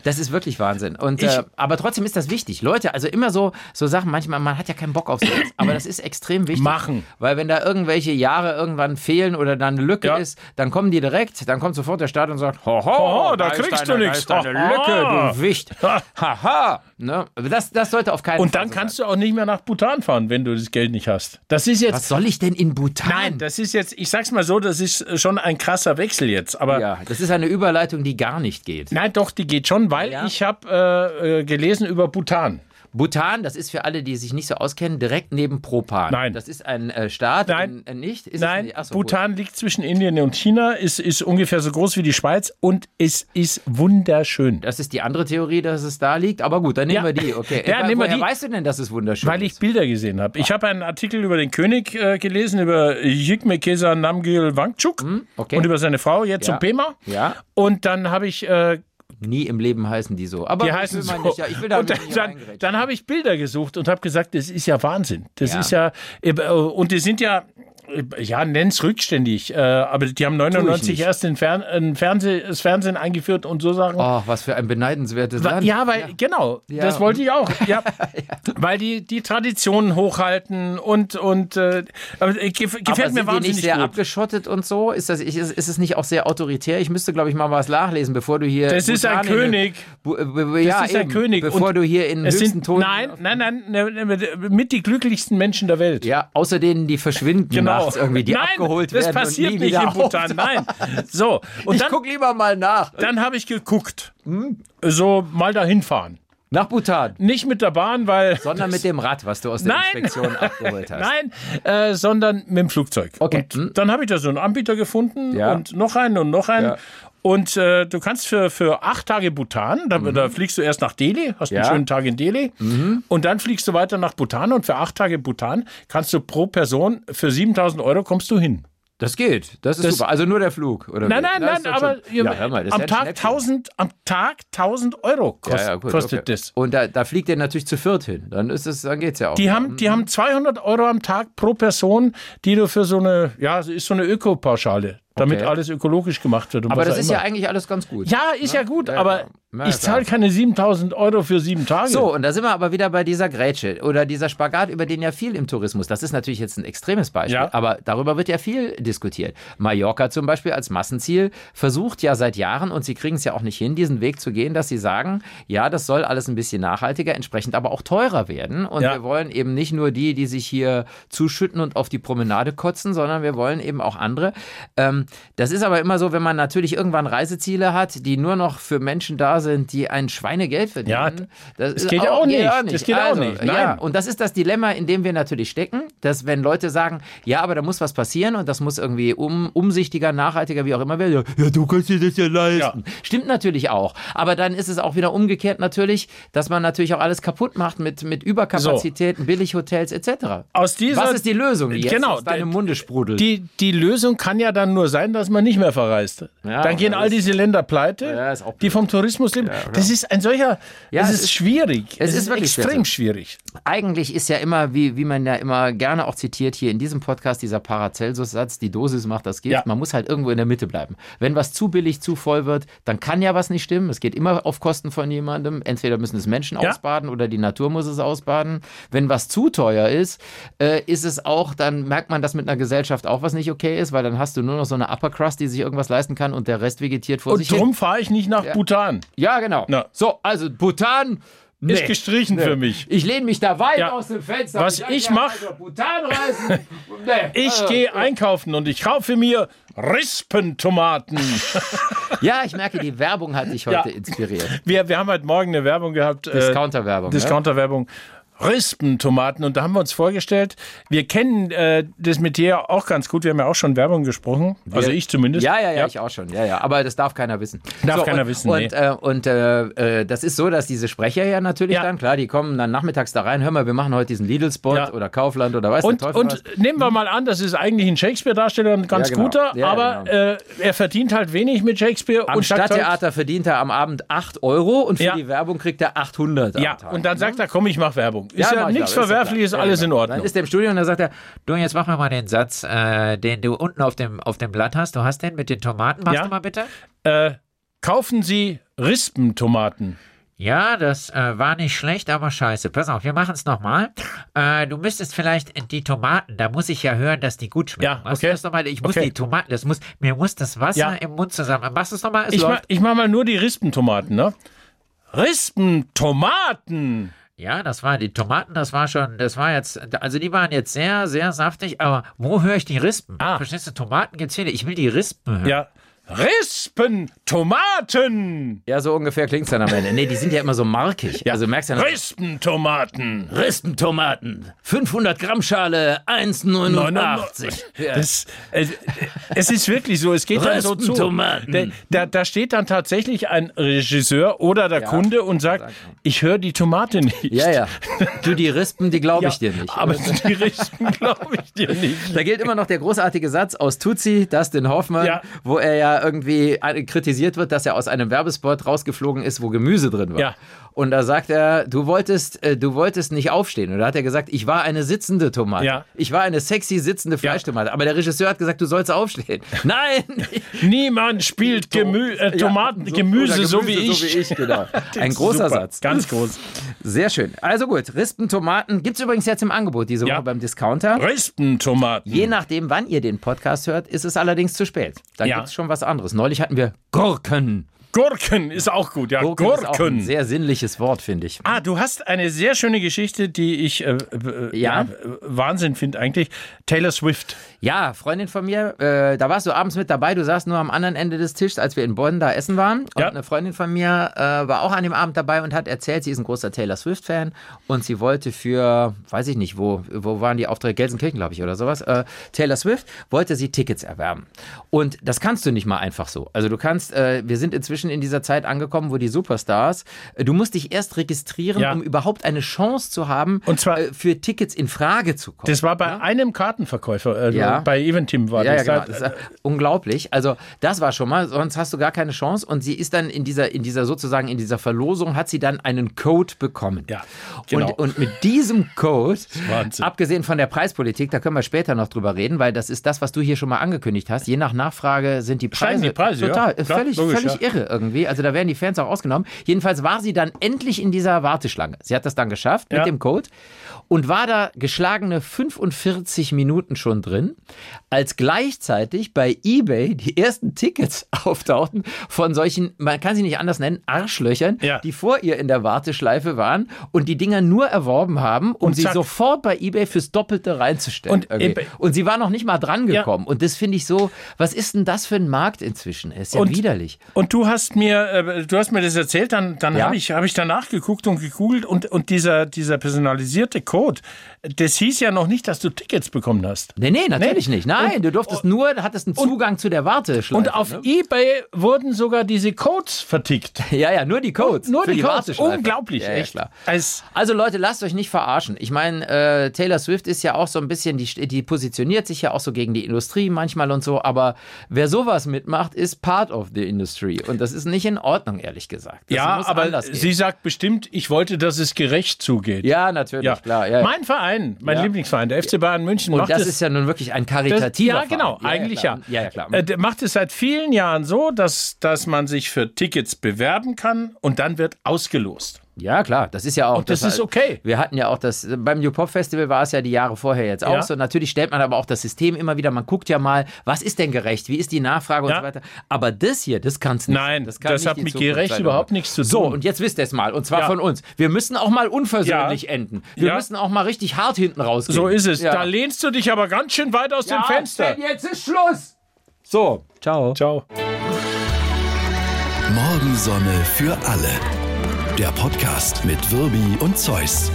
B: Das ist wirklich Wahnsinn. Und äh, aber trotzdem ist das wichtig, Leute. Also immer so so Sachen. Manchmal man hat ja keinen Bock auf sowas, aber das ist extrem wichtig.
C: Machen.
B: Weil wenn da irgendwelche Jahre irgendwann fehlen oder da eine Lücke
C: Ja.
B: ist, dann kommen die direkt, dann kommt sofort der Staat und sagt, hoho,
C: Hoho, da kriegst
B: ist
C: du
B: deine-
C: nix.
B: Da ist eine
C: Hoho."
B: Lücke, du Wicht. Haha. Ne? Das, das sollte auf keinen
C: und
B: Fall
C: dann
B: so
C: kannst du auch nicht mehr nach Bhutan fahren, wenn du das Geld nicht hast. Das ist jetzt
B: Was soll ich denn in Bhutan?
C: Nein, das ist jetzt, ich sag's mal so, das ist schon ein krasser Wechsel jetzt. Aber
B: ja, das ist eine Überleitung, die gar nicht geht.
C: nein, doch, die geht schon, weil
B: Ja.
C: ich habe äh, äh, gelesen über Bhutan.
B: Bhutan, das ist für alle, die sich nicht so auskennen, direkt neben Propan.
C: Nein.
B: Das ist ein äh, Staat.
C: Nein.
B: In, äh, nicht? Ist es
C: Nein,
B: nicht? Ach so, gut.
C: Bhutan liegt zwischen Indien und China, ist, ist ungefähr so groß wie die Schweiz und es ist wunderschön.
B: Das ist die andere Theorie, dass es da liegt. Aber gut, dann nehmen
C: Ja.
B: wir die. Okay.
C: Ja,
B: Wo-
C: nehmen wir
B: Woher
C: die.
B: weißt du denn, dass es wunderschön
C: Weil ich
B: ist?
C: Bilder gesehen habe. Ich habe einen Artikel über den König äh, gelesen, über Jigme Kesa Namgyel Wangchuk
B: Mhm. okay.
C: und über seine Frau jetzt
B: Ja.
C: zum Pema.
B: Ja.
C: Und dann habe ich äh,
B: Nie im Leben heißen die so. Aber
C: Die
B: ich
C: heißen
B: will mal
C: so.
B: Nicht, ja, ich will da
C: und dann,
B: nicht
C: dann,
B: reingrätschen.
C: dann habe ich Bilder gesucht und habe gesagt, das ist ja Wahnsinn. Das
B: Ja.
C: ist ja, äh, und die sind ja, äh, ja, nenn's rückständig, äh, aber die haben
B: Tu ich
C: 99
B: nicht.
C: erst den Fern, ein Fernseh, das Fernsehen eingeführt und so Sachen.
B: Oh, was für ein beneidenswertes
C: Wa-
B: Land.
C: Ja, weil, genau,
B: Ja,
C: das wollte ich auch. Ja, Weil die, die Traditionen hochhalten und, und äh, aber, äh, gef gefällt
B: aber
C: mir
B: sind die
C: wahnsinnig
B: nicht sehr
C: gut.
B: abgeschottet und so? Ist, das, ist, ist es nicht auch sehr autoritär? Ich müsste, glaube ich, mal was nachlesen, bevor du hier.
C: Das ist ein
B: Bhutan in den-
C: König.
B: Bu- äh, bu-
C: Das
B: ja,
C: ist ein
B: eben,
C: König.
B: Bevor
C: Und
B: du hier in
C: es
B: höchsten
C: sind,
B: Ton.
C: Nein, nein, nein, nein, mit die glücklichsten Menschen der Welt.
B: Ja, außer denen, die verschwinden nachts irgendwie, die
C: Genau. Nein,
B: abgeholt
C: das
B: werden.
C: passiert
B: und nie
C: nicht
B: wieder
C: in Bhutan.
B: auftauchen.
C: Nein. So, und
B: Ich
C: dann,
B: guck Hm? lieber mal nach.
C: dann habe ich geguckt. So, mal dahin fahren.
B: Nach Bhutan.
C: Nicht mit der Bahn, weil.
B: Sondern mit dem Rad, was du aus der
C: Nein.
B: Inspektion abgeholt hast.
C: Nein, äh, sondern mit dem Flugzeug.
B: Okay.
C: Und
B: Hm.
C: dann habe ich da so einen Anbieter gefunden
B: Ja.
C: und noch einen und noch einen.
B: Ja.
C: Und äh, du kannst für, für acht Tage Bhutan, da, da fliegst du erst nach Delhi, hast
B: Mhm. Ja. Mhm.
C: einen schönen Tag in Delhi und dann fliegst du weiter nach Bhutan und für acht Tage Bhutan kannst du pro Person für 7000 Euro kommst du hin.
B: Das geht. Das ist
C: Das-
B: super. Also nur der Flug. Oder
C: Nein,
B: wie?
C: nein,
B: Das
C: nein,
B: ist doch
C: aber
B: schon- ja, hör mal, das
C: am,
B: ist ja ein
C: Tag
B: Schnäppchen.
C: 1000, am Tag 1000 Euro kost,
B: Ja, ja, gut,
C: kostet
B: okay.
C: das.
B: Und da, da fliegt er natürlich zu viert hin. Dann ist es, dann geht's ja auch.
C: Die haben, die haben 200 Euro am Tag pro Person, die du für so eine, ja, es ist so eine Ökopauschale, damit
B: Okay.
C: alles ökologisch gemacht wird. Und
B: aber
C: was
B: das
C: auch
B: ist
C: immer.
B: ja eigentlich alles ganz gut.
C: Ja, ist ja gut,
B: Ja, ja,
C: aber
B: klar. Ja,
C: ich zahle
B: klar.
C: keine 7000 Euro für sieben Tage.
B: So, und da sind wir aber wieder bei dieser Grätsche oder dieser Spagat, über den ja viel im Tourismus, das ist natürlich jetzt ein extremes Beispiel,
C: Ja.
B: aber darüber wird ja viel diskutiert. Mallorca zum Beispiel als Massenziel versucht ja seit Jahren, und sie kriegen es ja auch nicht hin, diesen Weg zu gehen, dass sie sagen, ja, das soll alles ein bisschen nachhaltiger, entsprechend aber auch teurer werden. Und
C: Ja.
B: wir wollen eben nicht nur die, die sich hier zuschütten und auf die Promenade kotzen, sondern wir wollen eben auch andere. Ähm, das ist aber immer so, wenn man natürlich irgendwann Reiseziele hat, die nur noch für Menschen da sind, die ein Schweinegeld verdienen.
C: Ja,
B: Mhm. das
C: Das geht auch nicht. Das geht auch
B: also,
C: nicht.
B: Ja.
C: Nein.
B: Und das ist das Dilemma, in dem wir natürlich stecken, dass wenn Leute sagen, ja, aber da muss was passieren und das muss irgendwie um, umsichtiger, nachhaltiger, wie auch immer werden, ja, ja, du kannst dir das ja leisten. Stimmt natürlich auch. Aber dann ist es auch wieder umgekehrt natürlich, dass man natürlich auch alles kaputt macht mit, mit Überkapazitäten, Billighotels etc.
C: Aus dieser,
B: was ist die Lösung, die jetzt
C: Genau,
B: aus deinem
C: d-
B: Munde sprudelt?
C: die, die Lösung kann ja dann nur sein, dass man nicht mehr verreist.
B: Ja,
C: dann gehen
B: das
C: all
B: ist-
C: diese Länder pleite,
B: Ja, ist auch
C: die vom Tourismus Muslim. Das ist ein solcher,
B: Ja,
C: das
B: es
C: ist,
B: ist-
C: schwierig.
B: es
C: Das
B: ist wirklich schwer
C: extrem schwierig.
B: Eigentlich ist ja immer, wie, wie man ja immer gerne auch zitiert hier in diesem Podcast, dieser Paracelsus-Satz, die Dosis macht das Gift.
C: Ja.
B: Man muss halt irgendwo in der Mitte bleiben. Wenn was zu billig, zu voll wird, dann kann ja was nicht stimmen. Es geht immer auf Kosten von jemandem. Entweder müssen es Menschen
C: Ja.
B: ausbaden oder die Natur muss es ausbaden. Wenn was zu teuer ist, äh, ist es auch, dann merkt man, dass mit einer Gesellschaft auch was nicht okay ist, weil dann hast du nur noch so eine Upper Crust, die sich irgendwas leisten kann und der Rest vegetiert vor sich
C: Und
B: hin.
C: drum fahre ich nicht nach Bhutan.
B: Also Ja, genau.
C: Na.
B: So, also Bhutan. Nee.
C: Ist gestrichen für mich.
B: Ich lehne mich da weit
C: Ja.
B: aus dem Fenster.
C: Was
B: sag,
C: ich
B: ja,
C: mach-
B: also Bhutan reisen. nee. Äh.
C: Ich gehe einkaufen und ich kaufe mir Rispentomaten.
B: Ja, ich merke, die Werbung hat dich heute
C: Ja. Äh,
B: inspiriert.
C: Wir, wir haben heute Morgen eine Werbung gehabt. äh,
B: Discounter-Werbung. ne?
C: Discounter-Werbung. Rispentomaten. Und da haben wir uns vorgestellt, wir kennen äh, das mit dir auch ganz gut. Wir haben ja auch schon Werbung gesprochen. Also ich zumindest.
B: Ja, ja, ja, ich auch schon. Ja, ja, aber das darf keiner wissen.
C: Darf keiner
B: und,
C: wissen,
B: Und,
C: nee.
B: äh, und äh, äh, das ist so, dass diese Sprecher ja natürlich
C: Ja.
B: dann, klar, die kommen dann nachmittags da rein, hör mal, wir machen heute diesen Lidl-Spot
C: Ja.
B: oder Kaufland oder weiß
C: Und,
B: der Teufel was.
C: und nehmen wir mal an, das ist eigentlich ein Shakespeare-Darsteller und ein ganz
B: Ja, genau.
C: guter,
B: Ja,
C: aber
B: genau.
C: äh, er verdient halt wenig mit Shakespeare.
B: Am
C: und sagt halt-
B: Stadttheater verdient er am Abend 8 Euro und für
C: Ja.
B: die Werbung kriegt er 800 am
C: Ja,
B: Tag. ne?
C: und dann sagt er, komm, ich mach Werbung. Ist ja,
B: mach ich
C: nichts
B: aber, ist
C: Verwerfliches,
B: klar. Ja,
C: alles
B: genau.
C: in Ordnung.
B: Dann ist er im Studio und dann sagt er,
D: Du, jetzt mach mir mal den Satz, äh, den du unten auf dem, auf dem Blatt hast. Du hast den mit den Tomaten. Machst
C: Ja.
D: du mal bitte?
C: äh, kaufen Sie Rispentomaten.
D: Ja, das äh, war nicht schlecht, aber scheiße. Pass auf, wir machen es nochmal. Äh, du müsstest vielleicht die Tomaten, da muss ich ja hören, dass die gut schmecken.
C: Ja,
D: Machst
C: okay.
D: du das nochmal? Ich muss
C: Okay.
D: die Tomaten, das muss, mir muss das Wasser
C: Ja.
D: im Mund zusammen. Machst du es nochmal? Es
C: Ich, ma,
D: läuft.
C: ich mach mal nur die Rispentomaten, ne? Rispentomaten!
D: Ja, das war die Tomaten, das war schon, das war jetzt, also die waren jetzt sehr, sehr saftig, aber wo höre ich die Rispen?
C: Ah.
D: Verstehst du, Tomaten gibt's hier nicht. Ich will die Rispen hören.
C: Ja. Rispentomaten!
B: ja, so ungefähr klingt es dann am Ende. Nee, die sind ja immer so markig. Also merkst du ja noch,
C: Rispentomaten!
B: Rispentomaten, 500 Gramm Schale, 1,89.
C: Das, äh, es ist wirklich so, es geht dann so zu.
B: Rispentomaten.
C: Da, da, da steht dann tatsächlich ein Regisseur oder der Kunde und sagt, ich höre die Tomate nicht.
B: Ja, ja. Du, die Rispen, die glaube
C: Ja,
B: ich dir nicht.
C: Aber die Rispen glaube ich dir nicht.
B: Da gilt immer noch der großartige Satz aus Tutsi, Dustin Hoffmann,
C: Ja.
B: wo er ja irgendwie an- kritisiert wird, dass er aus einem Werbespot rausgeflogen ist, wo Gemüse drin war.
C: Ja.
B: Und da sagt er, du wolltest, äh, du wolltest nicht aufstehen. Und da hat er gesagt, ich war eine sitzende Tomate.
C: Ja.
B: Ich war eine sexy sitzende Fleischtomate. Aber der Regisseur hat gesagt, du sollst aufstehen. Nein!
C: Niemand spielt Gemü äh, Tomaten,
B: Ja, so-
C: Gemüse,
B: oder
C: so wie ich.
B: So wie ich genau. Ein großer
C: Super,
B: Satz.
C: Ganz groß.
B: Sehr schön. Also gut, Rispen, Tomaten gibt's übrigens jetzt im Angebot diese Woche
C: Ja.
B: beim Discounter.
C: Rispentomaten.
B: Je nachdem, wann ihr den Podcast hört, ist es allerdings zu spät. Da
C: Ja.
B: gibt's schon was anderes. Neulich hatten wir Gurken.
C: Gurken ist auch gut, ja. Ah, Gurken.
B: Ist auch ein sehr sinnliches Wort, finde ich.
C: Ah, du hast eine sehr schöne Geschichte, die ich äh, äh,
B: Ja.
C: ja. äh, Wahnsinn finde eigentlich. Taylor Swift.
B: Ja, Freundin von mir, äh, da warst du abends mit dabei, du saßt nur am anderen Ende des Tisches, als wir in Bonn da essen waren. Und
C: Ja.
B: eine Freundin von mir äh, war auch an dem Abend dabei und hat erzählt, sie ist ein großer Taylor Swift-Fan und sie wollte für, weiß ich nicht, wo, wo waren die Aufträge, Gelsenkirchen, glaube ich, oder sowas, äh, Taylor Swift, wollte sie Tickets erwerben. Und das kannst du nicht mal einfach so. Also du kannst, äh, wir sind inzwischen in dieser Zeit angekommen, wo die Superstars, äh, du musst dich erst registrieren,
C: Ja.
B: um überhaupt eine Chance zu haben,
C: Und zwar-
B: äh, für Tickets in Frage zu kommen.
C: Das war bei einem Kartenverkäufer, äh,
B: Ja.
C: bei Eventim war
B: Ja, ja,
C: das.
B: genau.
C: Da-
B: Das ist, äh, unglaublich. Also das war schon mal, sonst hast du gar keine Chance. Und sie ist dann in dieser, in dieser sozusagen, in dieser Verlosung, hat sie dann einen Code bekommen.
C: Ja, genau.
B: und, und mit diesem Code,
C: Wahnsinn.
B: abgesehen von der Preispolitik, da können wir später noch drüber reden, weil das ist das, was du hier schon mal angekündigt hast. Je nach Nachfrage sind die Preise,
C: Steigen die Preise, ja.
B: total,
C: Klar,
B: völlig,
C: logisch,
B: völlig
C: ja.
B: irre irgendwie. Also da werden die Fans auch ausgenommen. Jedenfalls war sie dann endlich in dieser Warteschlange. Sie hat das dann geschafft
C: Ja.
B: mit dem Code und war da geschlagene 45 Minuten schon drin, als gleichzeitig bei eBay die ersten Tickets auftauchten von solchen, man kann sie nicht anders nennen, Arschlöchern,
C: Ja.
B: die vor ihr in der Warteschleife waren und die Dinger nur erworben haben, um
C: Und
B: sie
C: zack.
B: sofort bei eBay fürs Doppelte reinzustellen.
C: Und
B: irgendwie.
C: eBay-
B: und sie war noch nicht mal dran gekommen. Und das finde ich so, was ist denn das für ein Markt inzwischen? Ist ja
C: Und-
B: widerlich.
C: Und du hast mir, äh, du hast mir das erzählt, dann, dann
B: Ja.
C: habe ich, hab ich danach geguckt und gegoogelt und, und dieser, dieser personalisierte Code, das hieß ja noch nicht, dass du Tickets bekommen hast.
B: Nee, nee, natürlich
C: Nee.
B: nicht. Nein,
C: Und-
B: du durftest nur, du hattest einen Zugang zu der Warteschleife.
C: Und auf
B: ne?
C: Ebay wurden sogar diese Codes vertickt.
B: Ja, ja, nur die Codes.
C: Nur
B: für
C: die Codes.
B: Warteschleife.
C: Unglaublich,
B: ja, ja,
C: echt.
B: Klar.
C: Als-
B: Also Leute, lasst euch nicht verarschen. Ich meine, äh, Taylor Swift ist ja auch so ein bisschen, die, die positioniert sich ja auch so gegen die Industrie manchmal und so, aber wer sowas mitmacht, ist part of the industry. Und das Das ist nicht in Ordnung, ehrlich gesagt. Das
C: ja,
B: muss
C: aber
B: anders gehen.
C: sie sagt bestimmt, ich wollte, dass es gerecht zugeht.
B: ja, natürlich,
C: Ja.
B: klar. Ja.
C: Mein Verein, mein
B: Ja.
C: Lieblingsverein, der FC Bayern München,
B: Und
C: macht
B: das
C: es
B: ist ja nun wirklich ein
C: Das-
B: karitativer
C: Ja, genau,
B: Verein.
C: eigentlich ja.
B: klar. Ja, ja, klar.
C: Äh, der macht es seit vielen Jahren so, dass, dass man sich für Tickets bewerben kann und dann wird ausgelost.
B: Ja, klar, das ist ja auch.
C: Und das ist okay.
B: Wir hatten ja auch das, beim New Pop Festival war es ja die Jahre vorher jetzt auch
C: Ja.
B: so. Natürlich stellt man aber auch das System immer wieder, man guckt ja mal, was ist denn gerecht, wie ist die Nachfrage und
C: Ja.
B: so weiter. Aber das hier, das kann es nicht.
C: Nein,
B: sein. das, kann
C: das
B: nicht
C: hat
B: die
C: mit
B: Zukunft
C: gerecht
B: sein,
C: überhaupt
B: aber-
C: nichts zu
B: So,
C: tun.
B: und jetzt wisst ihr es mal, und zwar
C: Ja.
B: von uns. Wir müssen auch mal unversöhnlich
C: Ja.
B: enden. Wir
C: Ja.
B: müssen auch mal richtig hart hinten rausgehen.
C: So ist es.
B: Ja.
C: Da lehnst du dich aber ganz schön weit aus dem
B: Ja,
C: Fenster.
B: denn Jetzt ist Schluss. So, ciao.
C: Ciao.
A: Morgensonne für alle. Der Podcast mit Wirbi und Zeus.